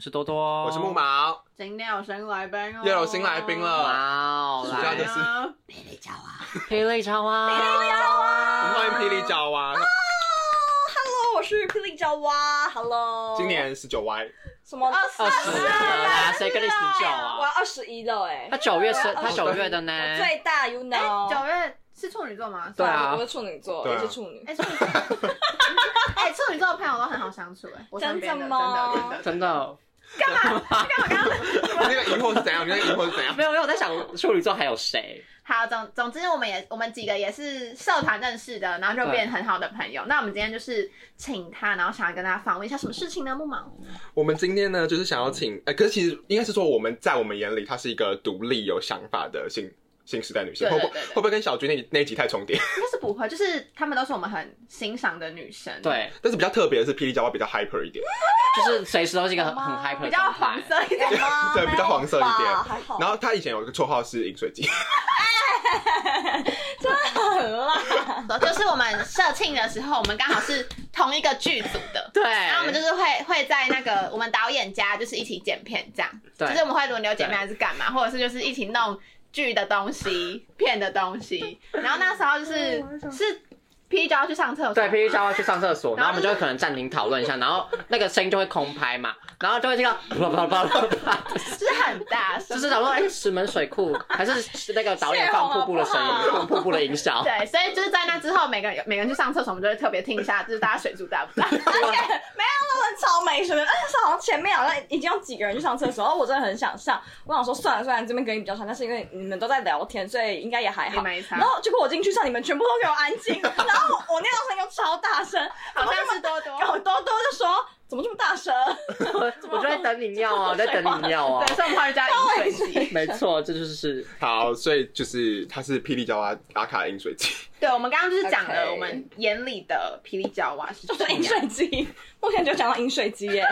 是多多，我是木，毛，今天有新来宾哦，又有新来宾了，哇哦，暑假来对就是啊，霹雳 超啊，我们欢迎霹雳啊角蛙， Hello，我是霹雳娇娃。Hello，今年十九 Y，什哦么二啊哦二啊十岁啦，谁跟你十九我要啊？二十一了哎、他九月生，我他九月的呢，我最大，you 哎， know。九月是处女座吗？对啊我是处女座，对啊我是处女。哎，处女座， 哎，处女座的朋友都很好相处，哎，我身边的真 真的吗的真的，真的你那个疑惑是怎样？你那个疑惑是怎样？没有，因为我在想处女座还有谁？ 好，总总之我们也我们几个也是社团认识的，然后就变很好的朋友。那我们今天就是请他，然后想要跟他访问一下什么事情呢？木马， 我们今天呢，就是想要请，呃，可是其实应该是说，我们在我们眼里，她是一个独立有想法的新新时代女性，对对会不对会对会不会跟小军那那一集太重叠？ 应该是不会，就是他们都是我们很欣赏的女生，，对，但是比较特别的是，霹雳角蛙比较 hyper 一点，就是随时都是一个很好很吗 hyper 比的较状黄态。色一点。 对，比较黄色一点。还好，然后她以前有一个绰号是饮水机， 很辣。就是我们社庆的时候，我们刚好是同一个剧组的，对，然后我们就是会会在那个我们导演家就是一起剪片这样，对就是我们会轮流剪对片还是干嘛，或者是就是一起弄剧的东西、片的东西。然后那时候就是是 P 就要去上厕所，对，霹雳娇娃去上厕所，然然后后我们就会可能暂停讨论一下，然后那个声音就会空拍嘛，然后就会听到啪啪啪啪啪，就是很大声，就是想说，哎，石门水库还是是那个导演放瀑布的声音，放瀑布的音效，对，所以就是在那之后，每个人有每个人去上厕所，我们就会特别听一下，就是大家水柱大不大？他们超没水准，而且是好像哎前面好像已经有几个人去上厕所，然后我真的很想上，我想说算了算了，这边隔音比较长，但是因为你们都在聊天，所以应该也还也好。没差然，后结果我进去上，你们全部都给我安 静，然后我我那道声音又超大声， 好像是多多然。后多多就说哦怎么这么 大声？ 我就在等你尿啊，我在等你尿啊对，，所以我们会叫他饮水机。 没错，这就是好，所以就是她是霹雳角蛙阿卡饮水机。 对，我们刚刚就是讲了 OK 我们眼里的霹雳娇娃啊是 就这是饮样。水机，目前就讲到饮水机耶。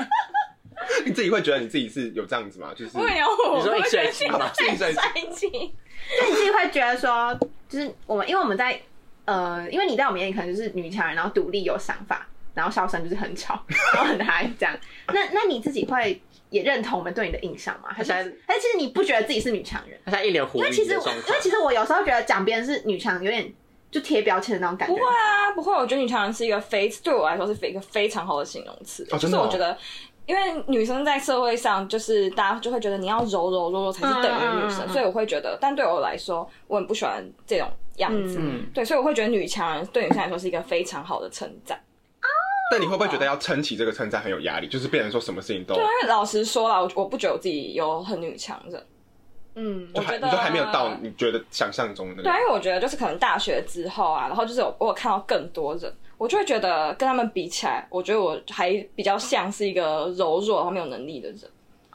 你自己会觉得你自己是有这样子吗？就是我也有，我你说会饮觉水得机是 吗？是饮水机，饮水机。你自己会觉得说，就是我们，因为我们在呃，因为你在我们眼里可能就是女强人，然后独立有想法，然后笑声就是很吵， 然后很嗨这样。那那你自己会也认同我们对你的印象吗？还是他现在还是其实你不觉得自己是女强人？他现在一脸狐因为疑其实的我状因态为。其实我有时候觉得讲别人是女强人有点就贴标签的那种感觉不。会啊，不会。我觉得女强人是一个非对我来说是一个非常好的形容词，哦就真是的哦我觉得。因为女生在社会上，就是大家就会觉得你要柔柔弱弱才是等于女嗯生，嗯嗯嗯所以我会觉得，但对我来说，我很不喜欢这种样子。嗯对，所以我会觉得女强人对女生来说是一个非常好的称赞。但你会不会觉得要撑起这个称赞很有压力？就是变成说什么事情都对，因为老实说啦，我我不觉得我自己有很女强人。嗯，就我还觉你得都还没有到你觉得想象中的那对啊，个。因为我觉得就是可能大学之后啊，然后就是有我有看到更多人，我就会觉得跟他们比起来，我觉得我还比较像是一个柔弱然后没有能力的人。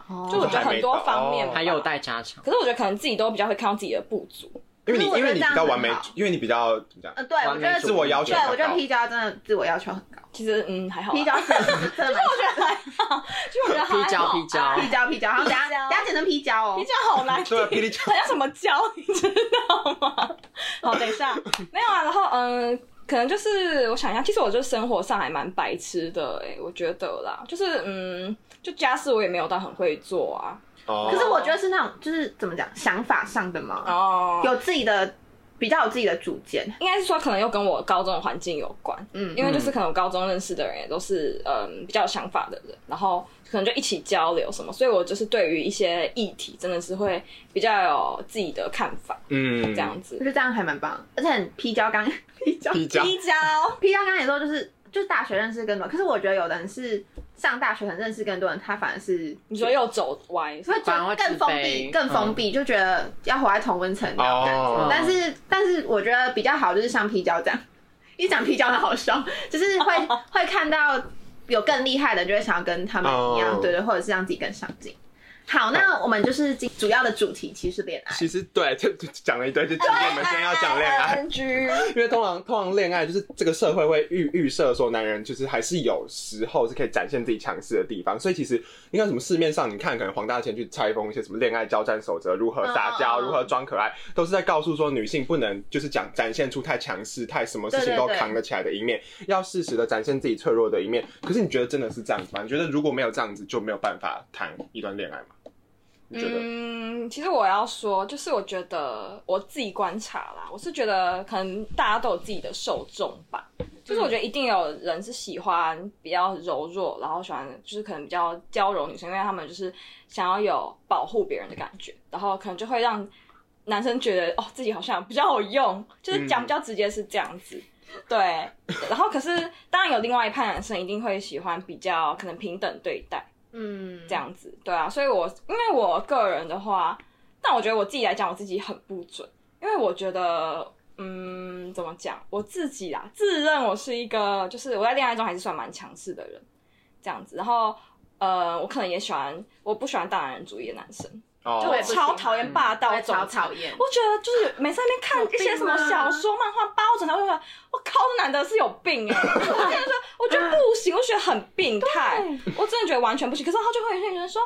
就我哦觉得很多方面吧还有待加强，可是我觉得可能自己都比较会看到自己的不足，因为可你是我觉因为得你这样比较完美很好，因为你比较怎么讲？呃，对，我完觉美得主义自我要求对，我觉得很高 P 娇真的自我要求很高其实嗯还好啦。 ，P 娇是真的蛮我觉 得还好，就我觉得还好。劈交劈交 P 娇 P 娇，然后等下皮胶等下剪成 P 娇哦你。这样好难听对，啊，霹雳娇它叫什么胶，你知道吗？好，等一下，没有啊。然后嗯，可能就是我想一下，其实我就是生活上还蛮白痴的、欸，我觉得啦，就是嗯，就家事我也没有到很会做啊。哦呃可是我觉得是那种就是怎么讲想法上的嘛，哦，有自己的比较有自己的主见。应该是说可能又跟我高中的环境有关，嗯因为就是可能我高中认识的人也都是嗯比较有想法的人，然后可能就一起交流什么，所以我就是对于一些议题真的是会比较有自己的看法嗯这样子我。觉得这样还蛮棒，而且很 P 交刚 P 交霹交，交 P 交刚也说就是就是大学认识更多，可是我觉得有的人是上大学很认识更多人，他反而是你说又走歪，会觉反而会得自更封卑闭，更封闭，就觉得要活在同温层那种感觉。哦但是但是我觉得比较好就是像 P 交这样，一讲 P 交的好笑，就是会会看到有更厉害的，就会想要跟他们一样，哦对对，或者是让自己更上进。好，那我们就是今主要的主题其实是恋爱。其实对，就就讲了一堆，就今天我们今天要讲恋爱。 NG， 因为通常通常恋爱就是这个社会会预预设说男人就是还是有时候是可以展现自己强势的地方，所以其实你看什么市面上你看可能黄大千去拆封一些什么恋爱交战守则，如何撒嗯嗯娇，嗯如何装可爱，都是在告诉说女性不能就是讲展现出太强势、太什么事情都对对对扛得起来的一面，要适时的展现自己脆弱的一面。可是你觉得真的是这样子吗？你觉得如果没有这样子就没有办法谈一段恋爱吗？你觉得？嗯，其实我要说，就是我觉得我自己观察啦，我是觉得可能大家都有自己的受众吧，就是嗯我觉得一定有人是喜欢比较柔弱，然后喜欢就是可能比较娇柔女生，因为他们就是想要有保护别人的感觉，然后可能就会让男生觉得哦自己好像比较有用，就是嗯讲比较直接是这样子。对，然后可是当然有另外一派男生一定会喜欢比较可能平等对待，嗯，这样子，对啊，所以我因为我个人的话，但我觉得我自己来讲，我自己很不准，因为我觉得，嗯，怎么讲，我自己啊，自认我是一个，就是我在恋爱中还是算蛮强势的人，这样子，然后。呃，我可能也喜欢，我不喜欢大男人主义的男生，哦就我我也不嗯超讨厌霸道我也总超裁。讨厌。我觉得就是每次在那边看一些什么小说、漫画、包总裁，我就觉得我靠，这男的是有病哎、我真的说，我觉得不行，我觉得很病态，我真的觉得完全不行。可是他就会有些人说，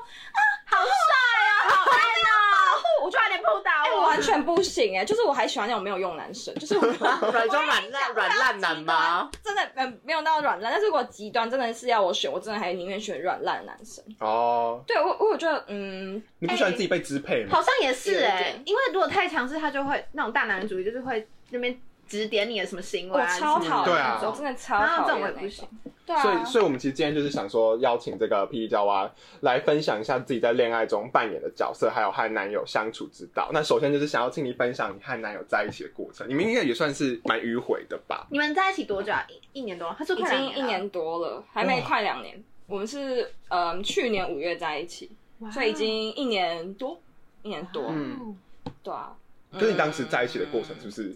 我差点碰到哎、我我，完全不行哎、就是我还喜欢那种没有用男生，就是我 软中软烂软烂男吗？真的嗯没有到软烂，但是如果极端真的是要我选，我真的还宁愿选软烂的男生。哦，对我，我觉得嗯，你不喜欢自己被支配吗？好像也是哎、有一点因为如果太强势，他就会那种大男人主义，就是会那边指点你的什么行我为啊，超讨厌，对啊我真的超然后讨这种厌我那也种不行。。对啊，所以，所以我们其实今天就是想说，邀请这个 P 娇娃来分享一下自己在恋爱中扮演的角色，还有和男友相处之道。那首先就是想要请你分享你和男友在一起的过程，你们应该也算是蛮迂回的吧？你们在一起多久啊？一一年多了，他说已快两经一了，年多了，还没快两年。我们是嗯去年五月在一起，哇所以已经一年多，一年多，嗯，对啊。就是你当时在一起的过程是不是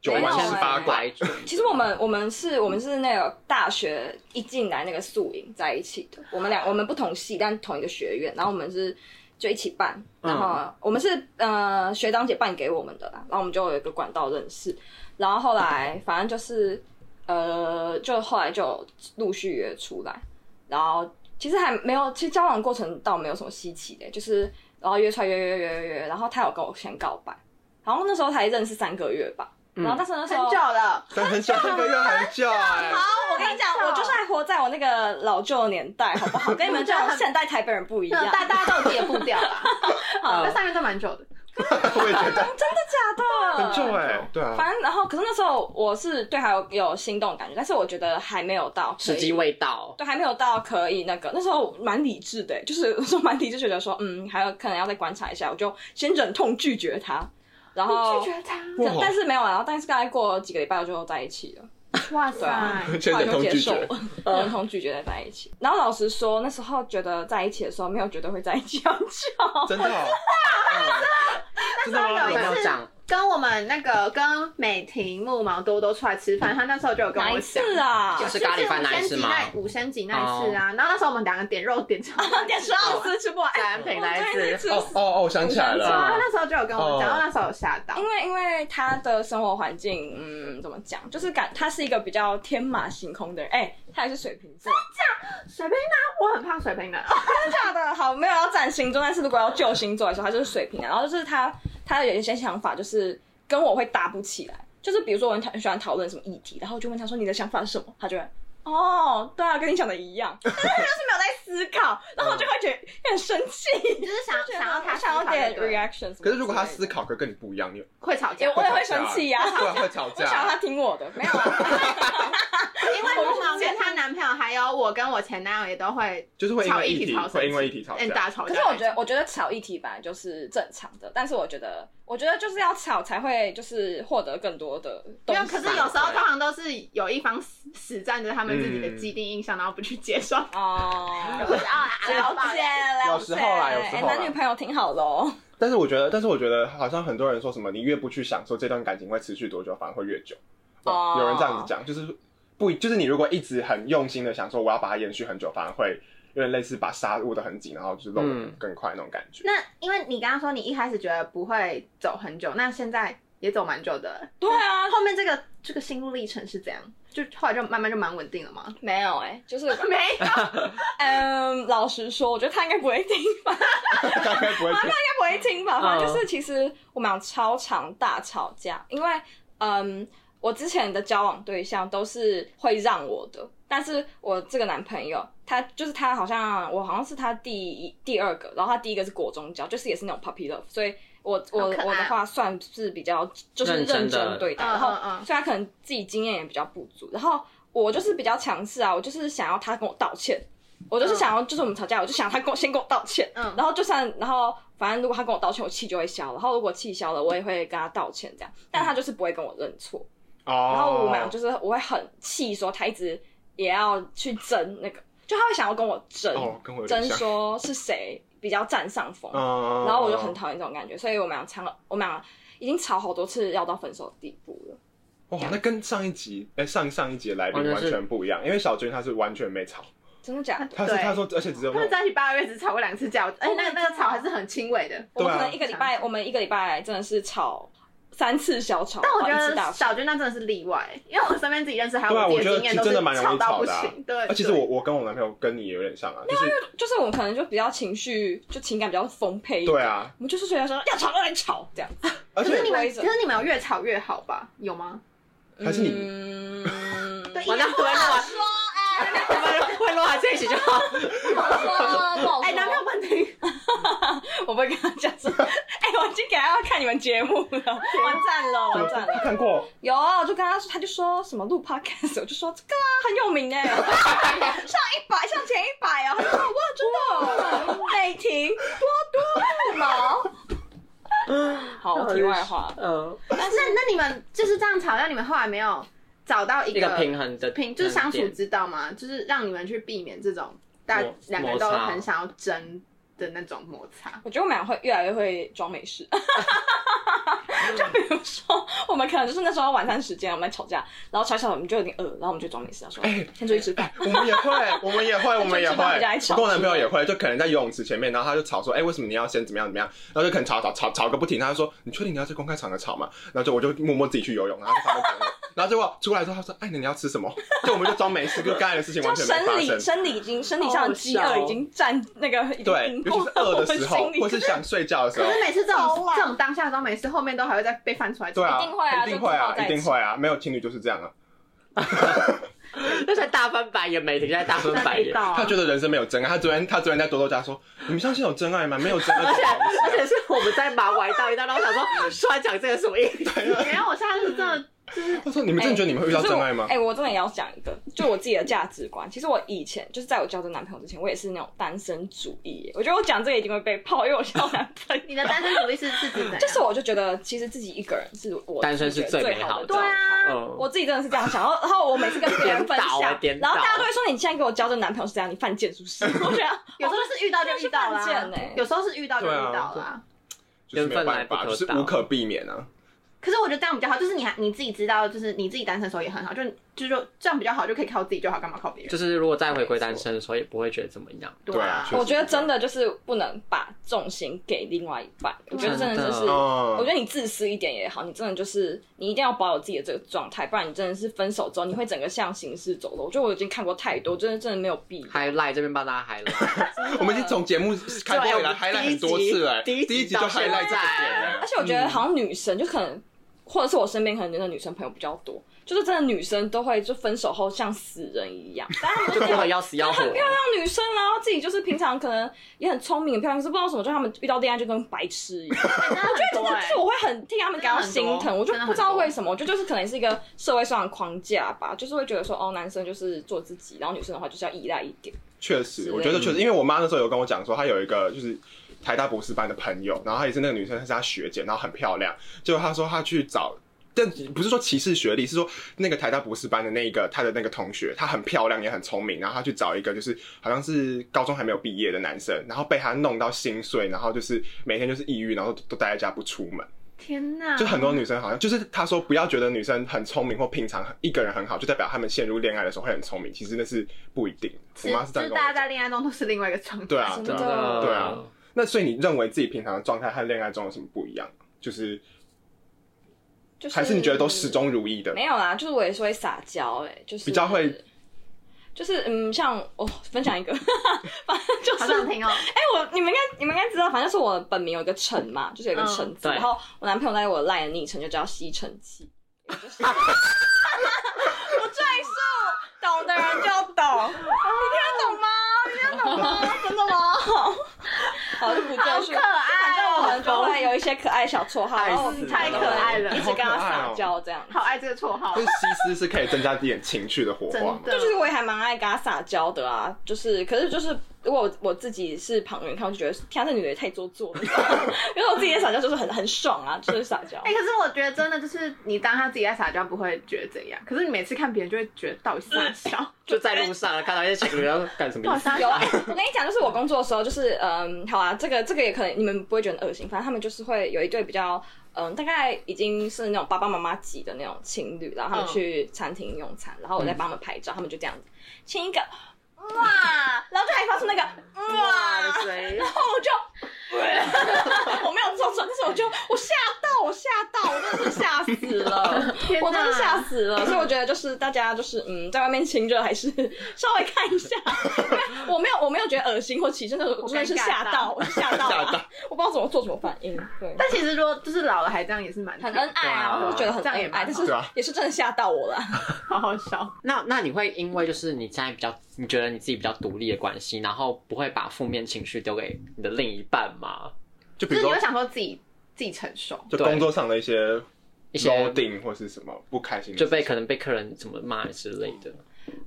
九弯没有十八欸拐？拐准，其实我们我们是我们是那个大学一进来那个宿营在一起的，我们俩我们不同系，但同一个学院，然后我们是就一起办，然后我们是呃学长姐办给我们的啦，然后我们就有一个管道认识，然后后来反正就是呃就后来就陆续约出来，然后其实还没有，其实交往过程倒没有什么稀奇的，就是然后约出来约约约约约，然后他有跟我先告白，然后那时候才认识三个月吧。然后但是那时很候、久了，但很久，这个月很久哎、好，我跟你讲，没错我就是还活在我那个老旧的年代，好不好？跟你们这种现代台北人不一样。那真啊大大家都有自己的步调啦。嗯好那上面都蛮久的，我也觉得的很假久的？哎、对啊，反正然后，可是那时候我是对还有有心动的感觉，但是我觉得还没有到可时以机未到。对，还没有到可以那个。那时候蛮理智的，欸 就是我说蛮理智，觉得说嗯，还有可能要再观察一下，我就先忍痛拒绝他。然后你拒绝他，哇但是没有啊，然后但是大概过了几个礼拜，我就在一起了。哇对啊塞，全后来忍就痛接拒 受绝。了， 忍痛拒绝再在一起。然后老实说，那时候觉得在一起的时候，没有觉得会在一起很久。真的、哦， 那时候嗯真的有吗没？有讲？跟我们那个跟美婷、木毛多多出来吃饭，他那时候就有跟哪我一讲，次啊哦就？是咖喱饭那一次吗五仙几那一次啊，然后那时候我们两个点肉点超 点十二次吃不完，单品那一次，哦哦哦，我想起来我想了起，啊他那时候就有跟我讲，哦然后那时候有吓到因，为因为他的生活环境，嗯，怎么讲，就是感他是一个比较天马行空的人。哎、他也是水瓶座，水瓶男，我很怕水瓶男，真的假的？好，没有要占星座，但是如果要救星座来说，他就是水瓶男。然后就是他他有一些想法，就是跟我会搭不起来。就是比如说我很讨很喜欢讨论什么议题，然后我就问他说你的想法是什么，他就会。哦，对啊，跟你想的一样， 但是他就是没有在思考，然后我就会觉得很生气，就是想觉得想要他我想要点思考就对了 reaction 什么之类的。可是如果他思考可跟你不一样，你会吵架也，我也会生气呀、对啊会吵我想要架，他听我的，没有 啊。因为木 毛跟她男朋友还有我跟我前男友也都会就是会因吵为一议起题吵生气，会因为议题吵嗯架。大吵可架。是我觉得，我觉得吵议题本来就是正常的，但是我觉得，我觉得就是要吵才会就是获得更多的没东有，西。可是有时候通常都是有一方死死站着他们自己的既定印象，然后不去接受。哦，不知道啊啦了解，了解。有时候啦有时候啦哎男女朋友挺好的哦。但是我觉得，但是我觉得，好像很多人说什么，你越不去想说这段感情会持续多久，反而会越久。哦有人这样子讲，就是不，就是你如果一直很用心的想说我要把它延续很久，反而会有点类似把纱捂得很紧，然后就是露得嗯更快那种感 觉。那因为你刚刚说你一开始觉得不会走很久，那现在也走蛮久的了。对啊，后面这个这个心路历程是怎样？就后来就慢慢就蛮稳定了吗？没有哎、就是没 嗯，老实说，我觉得他应该不会听吧，应大概不会听该不会听吧。反正就嗯是，其实我们俩超常大吵架，因为嗯，我之前的交往对象都是会让我的，但是我这个男朋友，他就是他，好像我好像是他第一第二个，然后他第一个是国中交，就是也是那种 puppy love，所以我我好可爱哦我的话算是比较就是认真的认真对待，嗯然后嗯嗯所以他可能自己经验也比较不足，然后我就是比较强势啊，我就是想要他跟我道歉。我嗯就是想要，就是我们吵架，我就想要他跟我先跟我道歉，嗯然后就算，然后反正如果他跟我道歉，我气就会消，然后如果气消了，我也会跟他道歉这样，但他就是不会跟我认错，哦，然后我们俩就是我会很气，说他一直也要去争那个，就他会想要跟我争，哦，跟我有点争像，说是谁比较占上风，嗯，然后我就很讨厌这种感觉，所以我们俩常我们俩已经吵好多次，要到分手的地步了。哇，那跟上一集哎、上上一集的来宾完全完是全不一样，因为小娟她是完全没吵，真的假的？她是对她说，而且只有他那们种在一起八个月只吵过两次架，而且那个那个吵还是很轻微的。我对啊们可能一个礼拜，我们一个礼拜真的是吵三次小吵，但我觉然后一次大得吵小娟那真的是例外，因为我身边自己认识还有对啊自己我觉得的经验都真是的蛮容易吵到吵不的啊行。对，而其实我我跟我男朋友跟你也有点像啊，就是就是我们可能就比较情绪，就情感比较丰沛一点。对啊，我们就是觉得说要吵就来吵这样。而可是你且们规则可是你们有越吵越好吧？有吗？还是你嗯，对，完蛋，不会录啊！我们会录完这一集就好。 不好说，不好哎，男朋友问题， 我不会跟他讲 说，哎、我已经给他要看你们节目了，完蛋了，完蛋他了。看过有，啊我就跟他说，他就说什么录 podcast，我就说这个啊很有 名哎、上一百，上前一百啊，他就说哇，真的哦，美婷多多毛。好，题外话，嗯，那那你们就是这样吵，那你们后来没有找到一一个平衡的平就是相处点之道嘛，就是让你们去避免这种大摩两个人都摩擦很想要争的那种摩擦。我觉得我们俩会越来越会装 没事。就比如说，我们可能就是那时候晚餐时间，我们在吵架，然后吵一吵我们就有点饿，然后我们就装没事，然后说哎先出去吃饭。我们也 会，我们也会，我们也就会。是把人家来吵我跟我男朋友也会，就可能在游泳池前面，然后他就吵说：“哎、为什么你要先怎么样怎么样？”然后就可能吵吵吵吵个不停。他就说：“你确定你要在公开场合吵吗？”然后就我就默默自己去游泳，然后 在旁边等我。然后结果出来之后，他说：“哎，那你要吃什么？”就我们就装没事，跟刚才的事情就完全没生发理生。生理已经生理上的饥好好饿笑哦已经占那个已经对，已经尤其是饿的时我候们心，里或是想睡觉的时可候是，每次这好啊种啦这种当下都没事，后面都还会再被翻出来。对啊，一定会啊一定会啊就知道，在一定会啊，没有情侣就是这样啊。那在大翻白眼，美婷在大翻 白被眼，到啊他觉得人生没有真爱，他昨天他昨天在多多家说：“你们相信有真爱吗？没有真 爱。”而且 而且是我们在忙完一道一道，然后我想说，突然讲这个什么意 思？然后我下次真的就是。他说：“你们真的觉得你们会遇到可是真我爱吗？”哎、我真的也要讲一个，就我自己的价值观。其实我以前就是在我交这男朋友之前，我也是那种单身主义耶。我觉得我讲这个一定会被泡，因为我交男朋友 你的单身主义是是指怎样？就是我就觉得，其实自己一个人是我单身是最最美好好的状态对啊嗯，我自己真的是这样想，然后然后我每次跟别人分享，颠 倒啊颠倒然后大家都会说你现在给我交这男朋友是这样，你犯贱是 不是？我觉得有时候就是遇到就遇到我真的是犯啦贱欸，有时候是遇到就遇到对啦。就是没有办法，缘分来不就可是挡无可避免啊。可是我觉得这样比较好，就是你还你自己知道，就是你自己单身的时候也很好，就就就这样比较好，就可以靠自己就好，干嘛靠别人？就是如果再回归单身的时候，也不会觉得怎么样。对啊啊确，实我觉得真的就是不能把重心给另外一半，我觉得真的就是真的。嗯我觉得你自私一点也好，你真的就是你一定要保有自己的这个状态，不然你真的是分手之后你会整个像行尸走肉。我觉得我已经看过太多，真的真的没有必要。还赖这边帮大家还赖，我们已经从节目开播以来还来很多次了，啊第一集第一集就到现还在来这个而且我觉得好像女生就可能，或者是我身边可能真的女生朋友比较多，就是真的女生都会就分手后像死人一样。但她们就过得要死要活。像女生，然后自己就是平常可能也很聪明、很漂亮，可是不知道为什么，就她们遇到恋爱就跟白痴 一样。我觉就得是我会很欸替他们感到心疼，我就真的很多不知道为什么，我觉得就是可能是一个社会上的框架吧，就是会觉得说哦，男生就是做自己，然后女生的话就是要依赖一点。确之实，类我觉得确实，因为我妈那时候有跟我讲说，她有一个就是台大博士班的朋友，然后她也是那个女生，她是她学姐，然后很漂亮。结果她说她去找，但不是说歧视学历，是说那个台大博士班的那一个她的那个同学，她很漂亮也很聪明，然后她去找一个就是好像是高中还没有毕业的男生，然后被他弄到心碎，然后就是每天就是抑郁，然后都都待在家不出门。天哪！就很多女生好像就是他说不要觉得女生很聪明或平常一个人很好，就代表她们陷入恋爱的时候会很聪明，其实那是不一定。我是，妈是这就是样跟我大家讲。在恋爱中都是另外一个状态。对啊真真的的对啊，那所以你认为自己平常的状态和恋爱中有什么不一样？就是就是还是你觉得都始终如一的？没有啦，就是我也是会撒娇哎、就是比较会，就是嗯，像我、分享一个， 反正就好是想听哦，哎、我你们应该你们应该知道，反正就是我的本名有一个陈嘛，就是有一个陈字、嗯对然后我男朋友在我赖的昵称就叫吸尘 器，我就是我赘述，懂的人就懂，你听得懂吗？你听 得懂吗？真的吗？好，就不赘好述可。反正我爱们就哦，会有一些可爱小绰号，爱然后我死们了太可爱了，一直跟他好可爱撒哦娇这样。好爱这个绰号就是，西施是可以增加一点情绪的火真花嘛？的。就是我也还蛮爱跟他撒娇的啊，就是可是就是如果我我自己是旁人看，我就觉得天、啊，这女的也太做作了。 因为我自己在撒娇就是很很爽啊，就是撒娇哎、。可是我觉得真的就是你当他自己在撒娇不会觉得怎样，可是你每次看别人就会觉得到底是傻笑，就在路上看到一些情侣，然后干什么嗯到意底思？傻有啊笑，，我跟你讲，就是我工作的时候，就是嗯，好啊，这个这个也可能你们不会觉得很恶心，反正他们就是会有一对比较嗯，大概已经是那种爸爸妈妈级的那种情侣，然后他们嗯去餐厅用餐，然后我在帮他们拍照，他们就这样子亲一个哇，然后就还发出那个嗯啊哇哇塞！然后我就， 我没有做错，但是我就我吓到，我吓到，我真的是吓死 了，天哪我真的吓死了。所以我觉得就是大家就是嗯，在外面亲热还是稍微看 一下，因为我没有我没有觉得恶心或起，真的我真的是吓到，我是吓到吓到了，我不知道怎么做什么反应，对。但其实如果就是老了还这样也是蛮很恩爱啊，对啊我就觉得很这样也恩爱，但蛮好是对啊也是真的吓到我了。好好笑。那那你会因为就是你现在比较，你觉得你自己比较独立的关系，然后不会把负面情绪丢给你的另一半吗？就比就如是你说会，想说自己自己承受，就工作上的一些一些 loading 或是什么不开心的事就情，被可能被客人怎么骂之类的。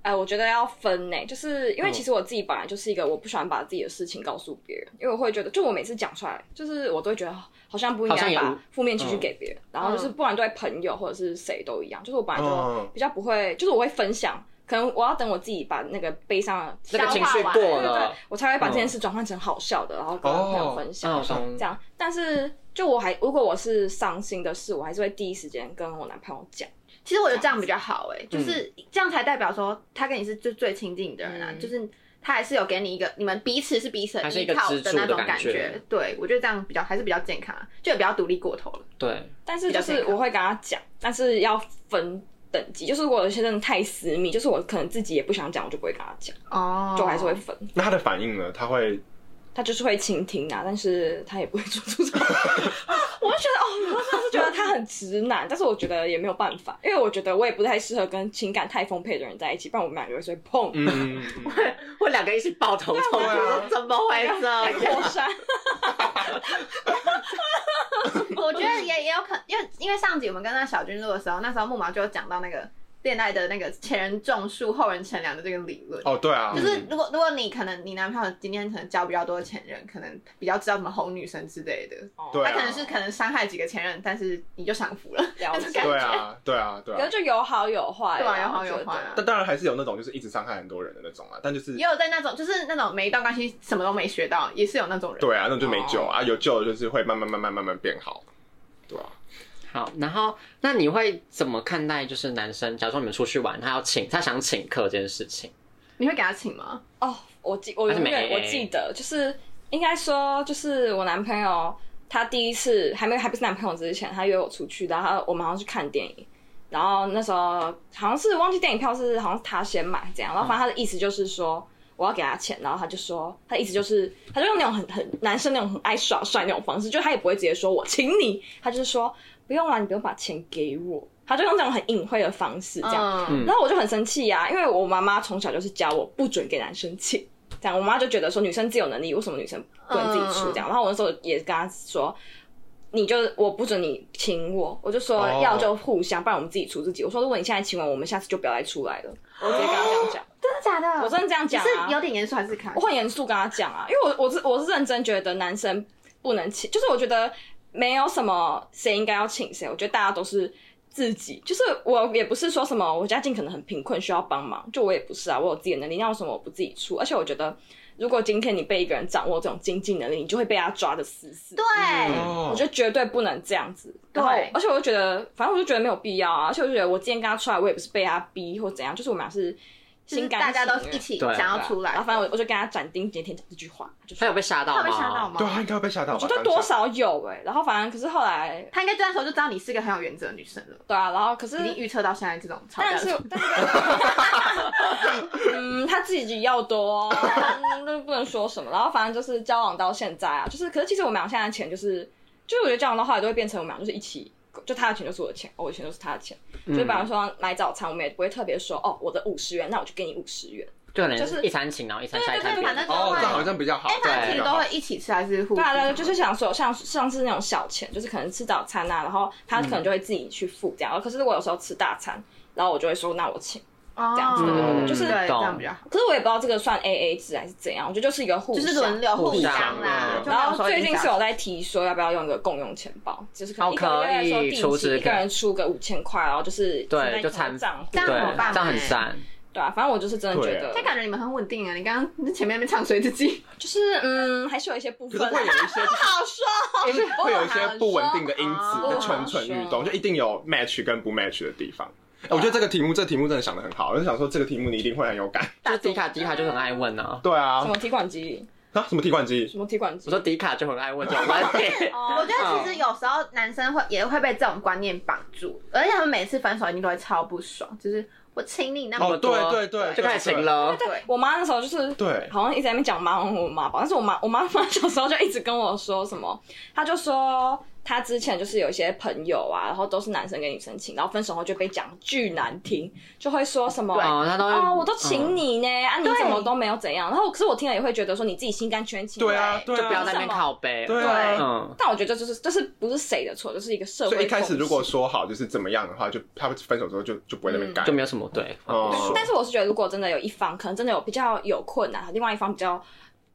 哎，我觉得要分呢、就是因为嗯其实我自己本来就是一个我不喜欢把自己的事情告诉别人，因为我会觉得，就我每次讲出来，就是我都会觉得哦好像不应好像该也无嗯把负面情绪给别人，然后就是不管对朋友或者是谁都一样，就是我本来就嗯比较不会，就是我会分享，可能我要等我自己把那个悲伤的那个消情化绪完过对对对了，，我才会把这件事转换成好笑的，然后跟朋友分享。嗯，懂这。样，但是就我还如果我是伤心的事，我还是会第一时间跟我男朋友讲。其实我觉得这样比较好嗯哎、就是这样才代表说他跟你是就最亲近的人啊，嗯就是他还是有给你一个你们彼此是彼此的还是一依个靠支柱那种的感觉觉。对，我觉得这样比较还是比较健康啊，就也不要独立过头了。对，但是比就较是健康我会跟他讲，但是要分等级。就是如果有些真的太私密，就是我可能自己也不想讲，我就不会跟他讲，哦就还 是会分。那他的反应呢？他会他就是会倾听啊，但是他也不会做出 什么。我就觉得哦，我真的是觉得他很直男，但是我觉得也没有办法，因为我觉得我也不太适合跟情感太丰沛的人在一起，不然我们两个有时候会碰。嗯嗯，嗯嗯我两个一起爆头痛，对啊我说怎么会这太啊样？过山，我觉得也也有可因为因为上集我们跟那小军录的时候，那时候木毛就有讲到那个恋爱的那个前人种树后人乘凉的这个理论。 哦，对啊，就是如果如果你可能你男朋友今天可能交比较多前任，可能比较知道怎么哄女生之类的，对他啊可能是可能伤害几个前任，但是你 就享福了。了解。对啊，对啊，对可啊是。就有好有坏啊，对啊有好有我觉得坏啊但当然还是有那种就是一直伤害很多人的那种啊，但就是也有在那种就是那种每一段关系什么都没学到，也是有那种人。对啊，那种就没救啊，有救的就是会慢慢慢慢慢慢变好，对啊。好，然后那你会怎么看待就是男生？假如说你们出去玩，他要请，他想请客这件事情，你会给他请吗？哦，我记我还是永没远我记得，就是应该说，就是我男朋友他第一次还没还不是男朋友之前，他约我出去，然后他我们好像去看电影，然后那时候好像是忘记电影票是好像是他先买这样，然后反正他的意思就是说。我要给他钱，然后他就说，他的意思就是，他就用那种很很男生那种很爱耍帅那种方式，就他也不会直接说我请你，他就是说不用啦，你不用把钱给我，他就用这种很隐晦的方式这样，嗯然后我就很生气呀、因为我妈妈从小就是教我不准给男生请，这样我妈就觉得说女生自有能力，为什么女生不能自己出这样？然后我那时候也跟她说，你就我不准你请我，我就说哦要就互相，不然我们自己出自己。我说如果你现在请我，我们下次就不要再出来了。我直接跟她这样讲，真的假的我真的这样你讲啊是有点严肃还是开玩我笑？很严肃跟她讲啊，因为我我是我是认真觉得男生不能请，就是我觉得没有什么谁应该要请谁，我觉得大家都是。自己就是我也不是说什么我家境可能很贫困需要帮忙，就我也不是啊，我有自己的能力，那为什么我不自己出？而且我觉得如果今天你被一个人掌握这种经济能力，你就会被他抓的死死。对，嗯哦我觉得绝对不能这样子。对然后而且我就觉得，反正我就觉得没有必要啊。而且我就觉得，我今天跟他出来，我也不是被他逼或怎样，就是我们俩是就是心甘大家都情愿一起对想要对啊出来然后，反正我我就跟他斩钉截铁讲这句话，就他是有被吓到他吗？会吓到吗？对啊，应该会被吓到我吧？觉得当多下少有哎、然后反正可是后来他应该那时候就知道你是个很有原则的女生了，对啊，然后可是已经预测到现在这种吵架但的状是况。但是嗯，他自己要多、哦，那不能说什么。然后反正就是交往到现在啊，就是可是其实我们俩现在的钱就是，就是我觉得交往到后来都会变成我们俩就是一起。就他的钱就是我的钱，哦我的钱就是他的钱。就比方说买早餐，我们也不会特别说哦，我的五十元，那我就给你五十元。就可能就是一餐请，然后一餐对下一对餐对，别反人正都哦，这样好会，像比较好。哎，反正其实都对会一起吃还是互对啊，对啊，相就是想说像像是那种小钱，就是可能吃早餐啊，然后他可能就会自己去付这样。可是我有时候吃大餐，然后我就会说那我请。哦这样子嗯就是对这懂样比较好，可是我也不知道这个算 A A 制还是怎样，我觉得就是一个互就是相轮流互互相相啦嗯。就然没有后说一最定近想是有在提说要不要用一个共用钱包，就是可能一个哦可月以出说定期资一个人出个五千块，然后就是对存在就银行参账户这样对，这很棒样很欸赞。对啊，反正我就是真的觉得但，感觉你们很稳定啊！你刚刚前面那边唱衰自己，就是嗯，还是有一些部可分是会有一些不 好 说，就是会有一些不稳定的因哦子的蠢蠢欲哦动，就一定有 match 跟不 match 的地方。哎我觉得这个题目，这个题目真的想的很好，我就想说这个题目你一定会很有感。 就是迪卡，迪卡就很爱问啊。对啊什，么提款机，啊，什么提款机？什么提款我机。说，迪卡就很爱问这种问题 哦我觉得其实有时候男生会也会被这种观念绑住，而且他们每次分手一定都会超不爽，就是我请你那么哦，对多，对对，就开始行。了，对，我妈那时候就是对好像一直在那边讲妈我妈宝，但是我妈我妈妈小时候就一直跟我说什么，她就说她之前就是有一些朋友啊，然后都是男生跟女生请，然后分手后就被讲巨难听，就会说什么。哦，他都会哦，我都请嗯你呢，啊，你对怎么都没有怎样？然后，可是我听了也会觉得说你自己心甘情愿请，对啊，，对就不要啊，在那边靠背。对对啊。嗯，但我觉得这就是这是不是谁的错，这是一个社所会。以一开始如果，说好就是怎么样的话，就他们分手之后就就不会在那边干就。没有什么对。哦嗯但是我是觉得，如果真的有一方可能真的有比较有困难，另外一方比较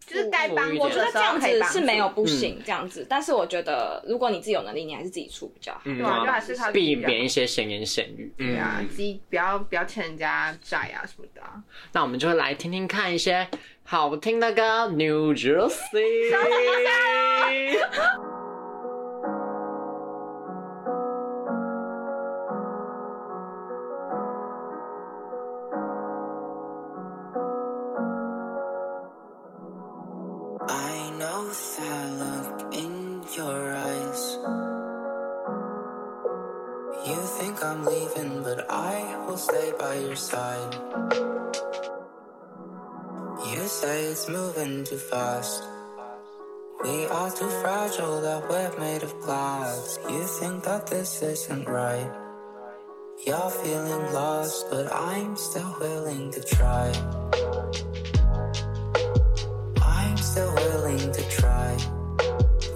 就是该帮助我我觉觉得的时这候样可以子帮助是没有不嗯行，这样子。但是我觉得，如果你自己有能力，你还是自己出比较好。嗯对啊，就还是靠自己避啊免一些闲言闲语。对啊，嗯自己不要不要欠人家债啊什么的啊。那我们就来听听看一些好听的歌，New Jersey。 I know that look in your eyes. You think I'm leaving, but I will stay by your side. You say it's moving too fast. We are too fragile that we're made of glass. You think that this isn't right. You're feeling lost, but I'm still willing to try. I'm still willing to try.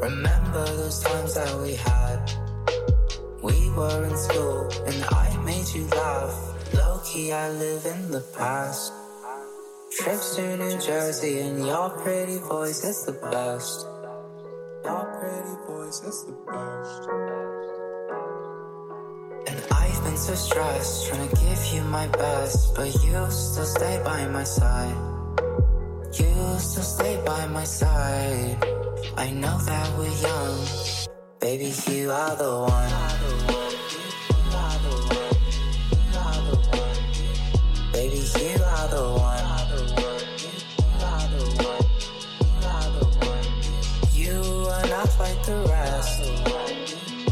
Remember those times that we had? We were in school and I made you laugh. Low key, I live in the past. Trips to New Jersey and your pretty voice is the best. Your pretty voice is the best. And I've been so stressed trying to give you my best, but you still stay by my side. You still stay by my side. I know that we're young. Baby, you are the one. Baby, you are the one. You are not like the rest.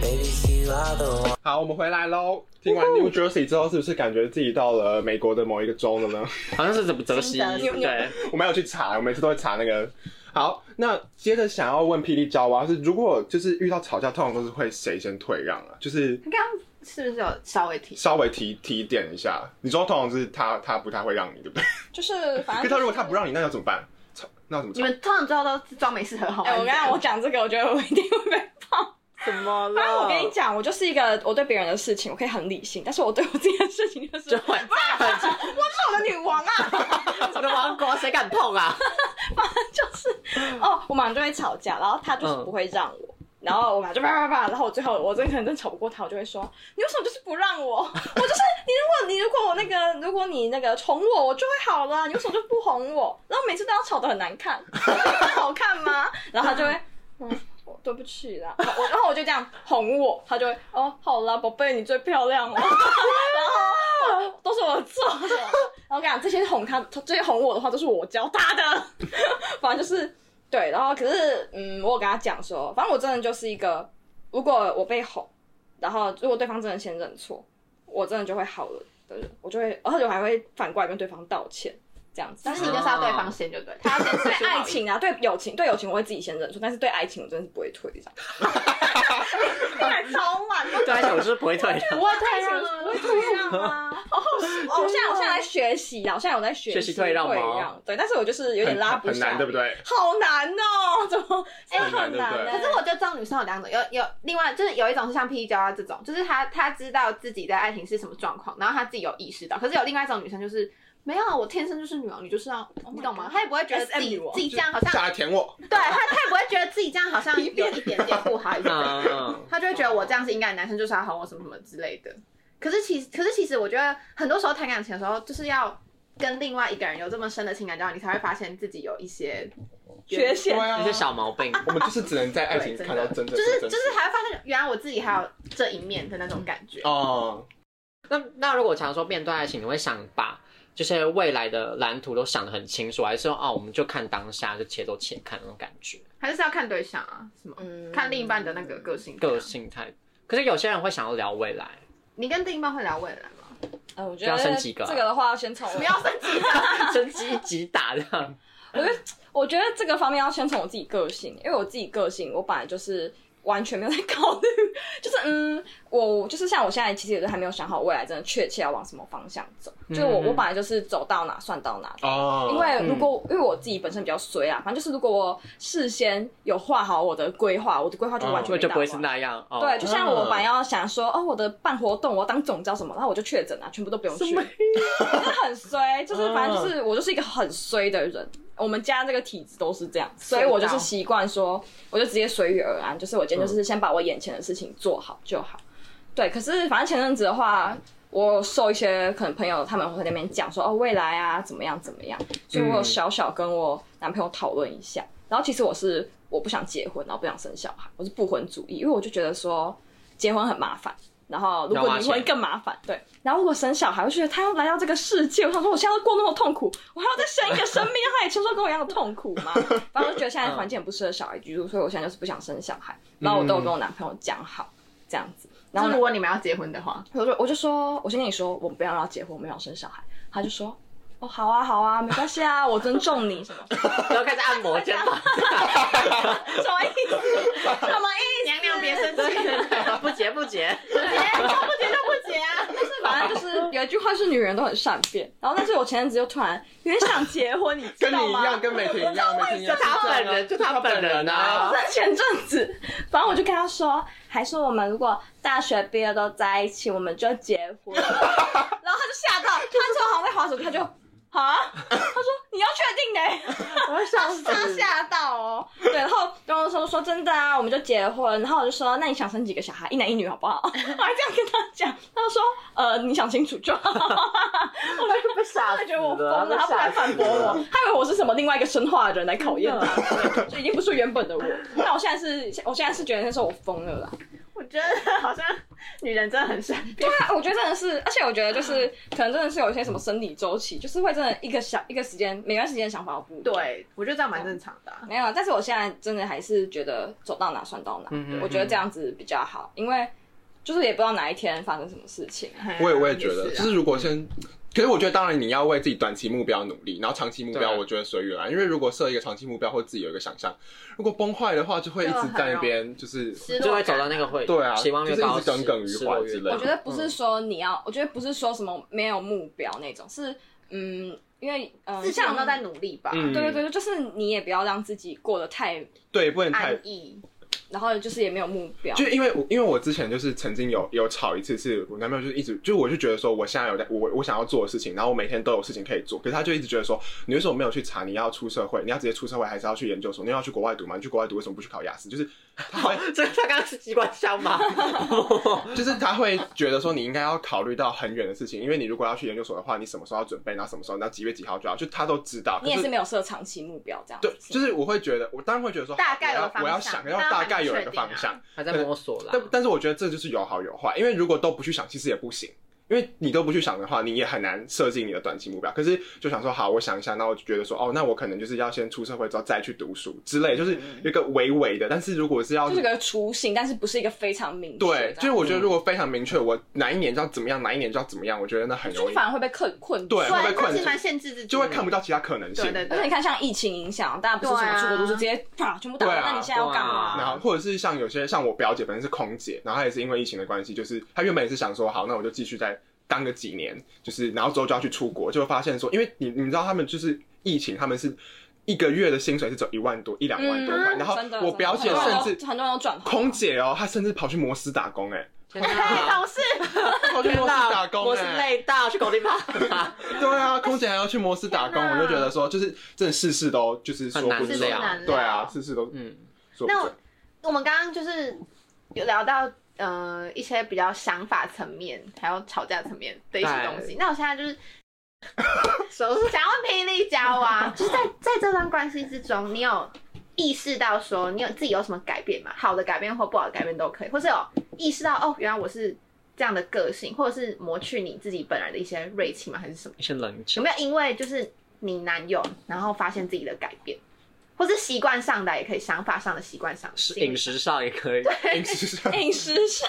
Baby, you are the one. 好，我们回来喽。听完 New Jersey 之后，是不是感觉自己到了美国的某一个州了呢？好像是怎么泽西，新泽西对， 我没有去查，我每次都会查那个。好，那接着想要问霹雳娇娃是，如果啊就是遇到吵架，通常都是会谁先退让啊？就是你刚刚是不是有稍微提？稍微提提点一下。你说通常是他他不太会让你，对不对？就是可反正是他如果他不，让你，那要怎么办？吵，那要怎么你吵？们通常最后都是装没事和好哎、玩。我刚才我讲这个，我觉得我一定会被 爆。怎么反正我嗯跟你讲，我就是一个我对别人的事情我可以很理性，但是我对我自己的事情就是就会很我的女王啊， 我的王国谁敢碰啊？就是哦，我马上就会吵架，然后他就是不会让我，然后我们俩就叭叭叭，然后我最后我真的可能真吵不过他，我就会说你为什么就是不让我？我就是你如果你如果我那个如果你那个宠我，我就会好了，你为什么就不哄我？然后每次都要吵得很难看，好看吗？然后他就会嗯。我对不起啦，我然后我就这样哄我，他就会哦，好啦，宝贝，你最漂亮了， 然后都是我做的。然后我跟你讲，这些哄他，这些哄我的话都是我教他的， 反正就是对。然后可是，嗯，我有跟他讲说，反正我真的就是一个，如果我被哄，然后如果对方真的先认错，我真的就会好了的人，我就会，而且我还会反过来跟对方道歉，这样子。但是你就是要对方啊先，就对，他要先对示爱情啊，对友情，对友情我会自己先认输，但是对爱情我真的是不会退让。超慢，对来讲，我就是不会退让。我退让啊，我会退让啊。哦，哦我现在我现在在学习啊，我现在有在学学习退让吗让对，但是我就是有点很拉不很下，难，对不？对？好难哦，怎么？哎，很难很对不对难欸。可是我觉得这种女生有两种，有有另外就是有一种是像 P 娇啊这种，就是她她知道自己在爱情是什么状况，然后她自己有意识到。可是有另外一种女生就是没有，我天生就是女王，你就是要你懂吗？她也不会觉得自 SM 女己王自己这样好下像，来舔我，对她她也不会觉得自己这样好 像有一点点不好意思，嗯，她就会觉得我这样是应该的，男生就是要哄我什么什么之类的。可是其实可是其实我觉得很多时候谈感情的时候，就是要跟另外一个人有这么深的情感交流，你才会发现自己有一些缺陷对啊一些，小毛病，我们就是只能在爱情对看到真正就的是真就实是还会发现，原来我自己还有这一面的那种感觉。哦，那那如果常说面对爱情，你会想把这些未来的蓝图都想得很清楚，还是说哦，我们就看当下，就且走且看那种感觉，还是要看对象啊，什么、嗯看另一半的那个个性。个，性态。可是有些人会想要聊未来，你跟另一半会聊未 来吗？嗯，我觉不要得生几个啊这个的话要先从我不要生气，生机一击打这样。我觉得这个方面要先从我自己个性，因为我自己个性，我本来就是完全没有在考虑， 就是嗯，我就是像我现在其实也都还没有想好未来真的确切要往什么方向走，就是我嗯我本来就是走到哪算到哪。哦，因为如果、因为我自己本身比较衰啊，反正就是如果我事先有画好我的规划，我的规划就完全就没就打不会完。是嗯那样哦。对，就像哦我本来要想说，哦，我的办活动我要当总招什么，然后我就确诊了，啊全部都不用去，真的很衰，就是反正就是我就是一个很衰的人。我们家这个体质都是这样，所以我就是习惯说，我就直接随遇而安，就是我今天就是先把我眼前的事情做好就好。对，可是反正前阵子的话，我有受一些可能朋友他们会在那边讲说，哦，未来啊怎么样怎么样，所以我有小小跟我男朋友讨论一下。然后其实我是我不想结婚，然后不想生小孩，我是不婚主义，因为我就觉得说结婚很麻烦，然后如要果花离婚钱更麻烦，对。然后如果生小孩，我就觉得他要来到这个世界，我想说我现在都过那么痛苦，我还要再生一个生命，让他也承受跟我一样的痛苦吗？反正我就觉得现在环境很不适合小孩居住，所以我现在就是不想生小孩。然后我都有跟我男朋友讲好这样子，然就后是呢如果你们要结婚的话，我就我就说，我先跟你说，我们不要让他结婚，我们要生小孩。他就说，哦，好啊，好啊，没关系啊，我尊重你什么什然后开始按摩肩 膀，么意思？什么意思？娘娘别生气，不结不结。不结就不结啊。反正就是有一句话是女人都很善变，然后但是我前阵子又突然有点想结婚，你知跟道你一吗样，？跟美婷一样，美婷也是就他这样啊本人就他本人啊在前阵子，反正我就跟他说，还是我们如果大学毕业都在一起，我们就结 婚。然后他就吓到，他说好像在滑手机，他就啊，他说你要确定呢、我会笑死他吓到哦。对，然后然后说说真的啊，我们就结婚。然后我就说，那你想生几个小孩，一男一女好不好？ 我还这样跟他讲，他就说，呃，你想清楚就好。我就被吓他觉得我疯了，他不敢反驳我， 他以为我是什么另外一个生化的人来考验他，就已经不是原本的我。 但我现在是，我现在是觉得那时候我疯了啦。 我觉得好像女人真的很善变。对啊， 我觉得真的是，而且我觉得就是可能真的是有一些什么生理周期，就是会真的一个小一个时间，每段时间想法不一样。对，我觉得这样蛮正常的啊、没有，但是我现在真的还是觉得走到哪算到哪，嗯嗯嗯我觉得这样子比较好，因为就是也不知道哪一天发生什么事情。我也我也觉得，是啊就是如果先，可是我觉得当然你要为自己短期目标努力，然后长期目标对我觉得随缘啊，因为如果设一个长期目标或自己有一个想象，如果崩坏的话，就会一直在那边就是。失落就会感走到那个会，对啊期望越高，就是一直耿耿于怀之类的我觉得不嗯是说你要，我觉得不是说什么没有目标那种，是嗯，因为嗯，自己有像没有在努力吧？嗯对对对，就是你也不要让自己过得太对，不能太安逸，然后就是也没有目标，就因为我因为我之前就是曾经有有吵一次，是我男朋友就是一直就我就觉得说我现在有在我我想要做的事情，然后我每天都有事情可以做，可是他就一直觉得说你为什么没有去查你要出社会，你要直接出社会还是要去研究所，你要去国外读嘛，你去国外读为什么不去考雅思？就是他会这个他刚刚是机关枪 吗？就是他会觉得说你应该要考虑到很远的事情，因为你如果要去研究所的话，你什么时候要准备，然后什么时候，然后几月几号就要，就他都知道。你也可是没有设长期目标这样子。对，就是我会觉得，我当然会觉得说，大概有好个方我要我要向想要但他大很概有确一个定方啊向，还在摸索啦但。但是我觉得这就是有好有坏，因为如果都不去想，其实也不行。因为你都不去想的话，你也很难设计你的短期目标。可是就想说，好，我想一下，那我就觉得说，哦，那我可能就是要先出社会之后再去读书之类，就是有一个微微的。但是如果是要就是个雏形，但是不是一个非常明确的。对，就是我觉得如果非常明确，我哪一年就要怎么样，哪一年就要怎么样，我觉得那很就容是易反而会被困困住。对会被对，困他住其实蛮限制自己的，就会看不到其他可能性。对对而且对，你看，像疫情影响，大家不是什么出国读书，直接啪全部打对乱。啊那你现在要干嘛？然后或者是像有些像我表姐本身是空姐，然后她也是因为疫情的关系，就是她原本也是想说，好，那我就继续再当个几年，就是然后之后就要去出国，就会发现说，因为你你知道他们就是疫情，他们是一个月的薪水是走一万多一两万多块，嗯然后真的我表姐真的甚很多人至都很多人都转行空姐哦，她甚至跑去摩斯打工、 欸，天对，哪！懂 事，哎，跑去摩斯打工、我是欸，累到去狗地跑， 对啊，空姐还要去摩斯打工，天哪我就觉得说，就是真的事事都就是说不很准难料对啊，事事都嗯，说不那准我。 我们刚刚就是有聊到呃一些比较想法层面，还有吵架层面的一些东西。那我现在就是 想要问霹雳娇啊，就是在在这段关系之中，你有意识到说你有自己有什么改变吗？好的改变或不好的改变都可以，或是有意识到哦，原来我是这样的个性，或者是磨去你自己本来的一些锐气吗？还是什么？一些冷有静。没有因为就是你男友，然后发现自己的改变，或是习惯上的也可以，想法上的习惯上的是饮食上也可以，饮食上 饮食上，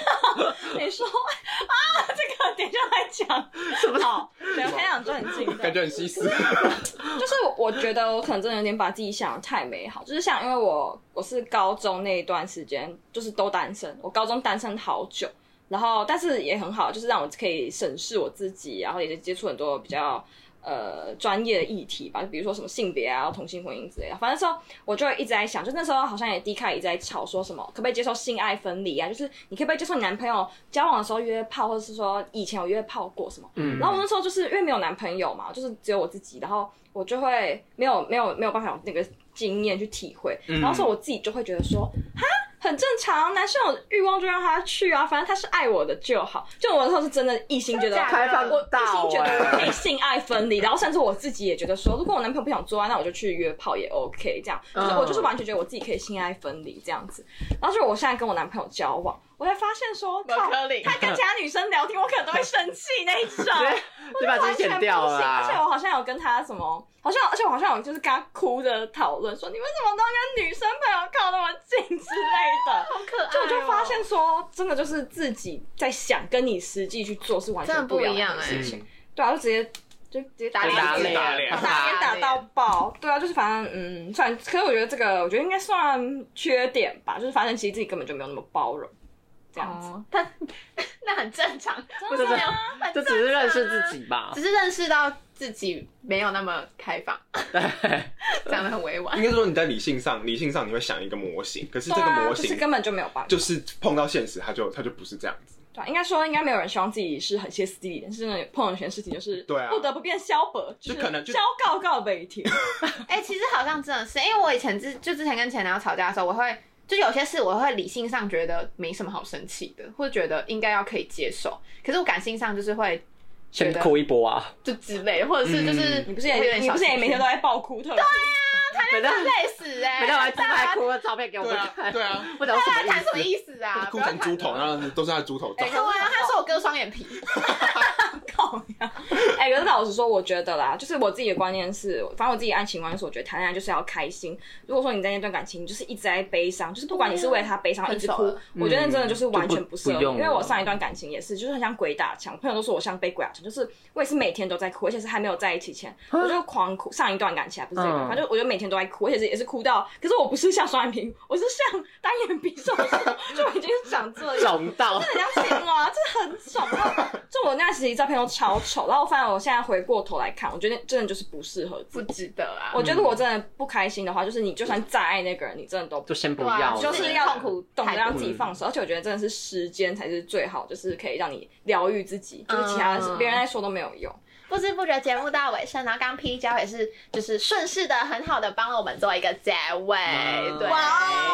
你说啊，这个等一下来讲，什么好？对，我很想专心的。 感觉很西斯，就是我觉得我可能真的有点把自己想的太美好，就是像因为我我是高中那一段时间就是都单身，我高中单身好久，然后但是也很好，就是让我可以审视我自己，然后也接触很多比较呃专业的议题吧，就比如说什么性别啊、同性婚姻之类的。反正那时候我就一直在想，就那时候好像也 D 开一直在吵说什么可不可以接受性爱分离啊，就是你可不可以接受你男朋友交往的时候约炮，或者是说以前有约炮过什么。嗯然后我那时候就是因为没有男朋友嘛，就是只有我自己，然后我就会没有没有没有办法有那个经验去体会，嗯然后所以我自己就会觉得说，哈，很正常，男生有欲望就让他去啊，反正他是爱我的就好。就我那时候是真的一心觉得真的假的开放我内到心觉得我可以哎，性爱分离，然后甚至我自己也觉得说，如果我男朋友不想做爱，那我就去约炮也 OK，这样就是嗯我就是完全觉得我自己可以性爱分离这样子。然后就我现在跟我男朋友交往，我才发现说，靠，怜他跟其他女生聊天，我可能都会生气那一 种。就把自己剪掉了而且啦。我好像有跟他什么，好像而且我好像有就是跟他哭着讨论说，你为什么都要跟女生朋友靠那么近之类的。好可爱、哦就我就发现说，真的就是自己在想，跟你实际去做是完真的全不一一样的哎、事情。对啊，就直接就直接打就打脸，脸打脸打脸打到爆。对啊，就是反正嗯，算，可是我觉得这个，我觉得应该算缺点吧，就是反正其实自己根本就没有那么包容，这样子。哦，但那很正 常，不是没这有，很这正啊只是认识自己吧只，是认识到自己没有那么开放， 对，讲的很委婉应。该说你在理性上，理性上你会想一个模型，可是这对个啊，模就是型根本就没有办法。就是碰到现实，它就它就不是这样子。对啊，应该说应该没有人希望自己是很歇斯底里的，但是真的碰到一件事情就是对啊不得不变萧伯，就是可能就萧告告北 天。哎、其实好像真的是，因为我以前之就之前跟前男友吵架的时候，我会就有些事我会理性上觉得没什么好生气的，或者觉得应该要可以接受，可是我感性上就是会先哭一波啊！就之类，或者是就是、你不是会有也点你不是小也情每天绪都在爆哭特哭？每 到累死哎、每到我啊还自拍大哭的照片给我们看，对啊，不懂什家么意谈什么思。意思啊？哭成猪头，啊！然后都是他的猪头照哎、。对啊，他说我割双眼皮，靠呀！ 哎、可是老实说，我觉得啦，就是我自己的观念是，反正我自己的爱情观就是，我觉得谈恋爱就是要开心。如果说你在那段感情就是一直在悲伤，就是不管你是为了他悲伤一直哭啊分手了，我觉得那真的就是完全不适合嗯你。就不因为我上一段感情也是，就是很像鬼打墙，朋友都说我像被鬼打墙，就是我也是每天都在哭，而且是还没有在一起前，啊我就狂哭。上一段感情还不是这一段，嗯反正我就每天都在哭，而且是也是哭到，可是我不是像双眼皮，我是像单眼皮受 伤，就我已经是长这样。 肿到啊人家青蛙，这很爽。就我那时照片都都超丑。然后反正我现在回过头来看，我觉得真的就是不适合 自不己。值得啊。我觉得如果真的不开心的话，就是你就算再爱那个人，你真的都不就先不对啊要了，就是要痛苦懂得太让多自己了放手，而且我觉得真的是时间才是最好，就是可以让你疗愈自己，就是其他嗯别人在说都没有用。不知不觉节目到尾声，然后刚刚 P 交也是就是顺势的很好的帮了我们做一个结尾，嗯对。哇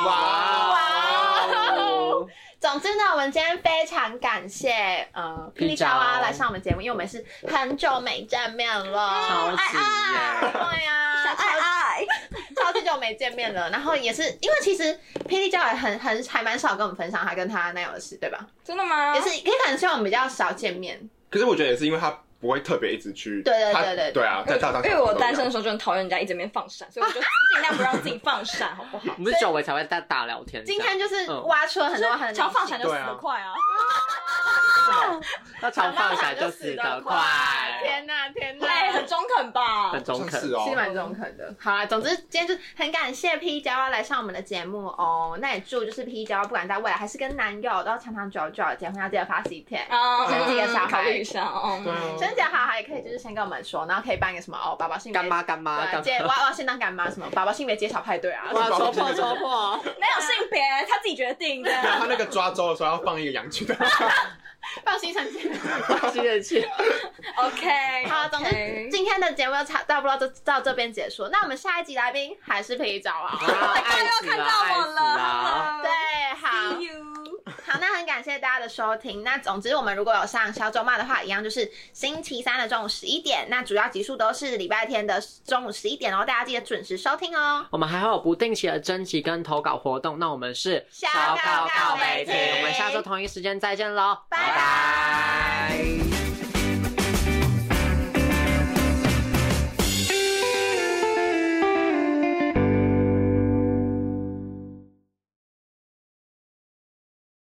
哦哇哦！ 总之呢，我们今天非常感谢呃霹雳娇啊来上我们节目，因为我们是很久没见面了，超级哎耶！哎对呀、小超爱爱，超级久没见面了。然后也是因为其实霹雳娇也很很还蛮少跟我们分享她跟她男友的事，对吧？真的啊吗？也是可以感觉我们比较少见面，可是我觉得也是因为他不会特别一直去，对对他对对对啊，在大堂因为我单身的时候就很讨厌人家一直在那边放闪，所以我就尽量不让自己放闪，好不好？我们是久违才会大大聊天这今样，天就是嗯挖出了 很多很常放闪就死对啊得快啊！那常放闪就死得快，哦天哪，天哪！哎，很中肯吧很？中好像肯是。哦是，蛮中肯的。好啦，总之今天就很感谢 P 娇来上我们的节目哦。那也祝就是 P 娇不管在未来还是跟男友都要长长久久，结婚要记得发喜帖。啊，生几个小孩考虑一下哦。嗯对啊生姐好还可以就是先跟我们说，然后可以办一个什么哦，宝宝性别干妈干妈对，干 接我妈，我要先当干妈什么宝宝性别揭晓派对啊。啊哇，戳破戳破！没有性别，他自己决定的。然后他那个抓周的时候要放一个羊群的，放心上节目。吸人气， OK， 好，总之今天的节目差差不多就到这边结束。那我们下一集来宾还是 P 娇啊。爱又死看了，到爱我死了！了，对，好 See。you 好，那很感谢大家的收听。那总之，我们如果有上小周末的话，一样就是星期三的中午十一点。那主要集数都是礼拜天的中午十一点哦，大家记得准时收听哦。我们还会有不定期的征集跟投稿活动，那我们是小稿告小白亭我们下周同一时间再见喽，拜拜拜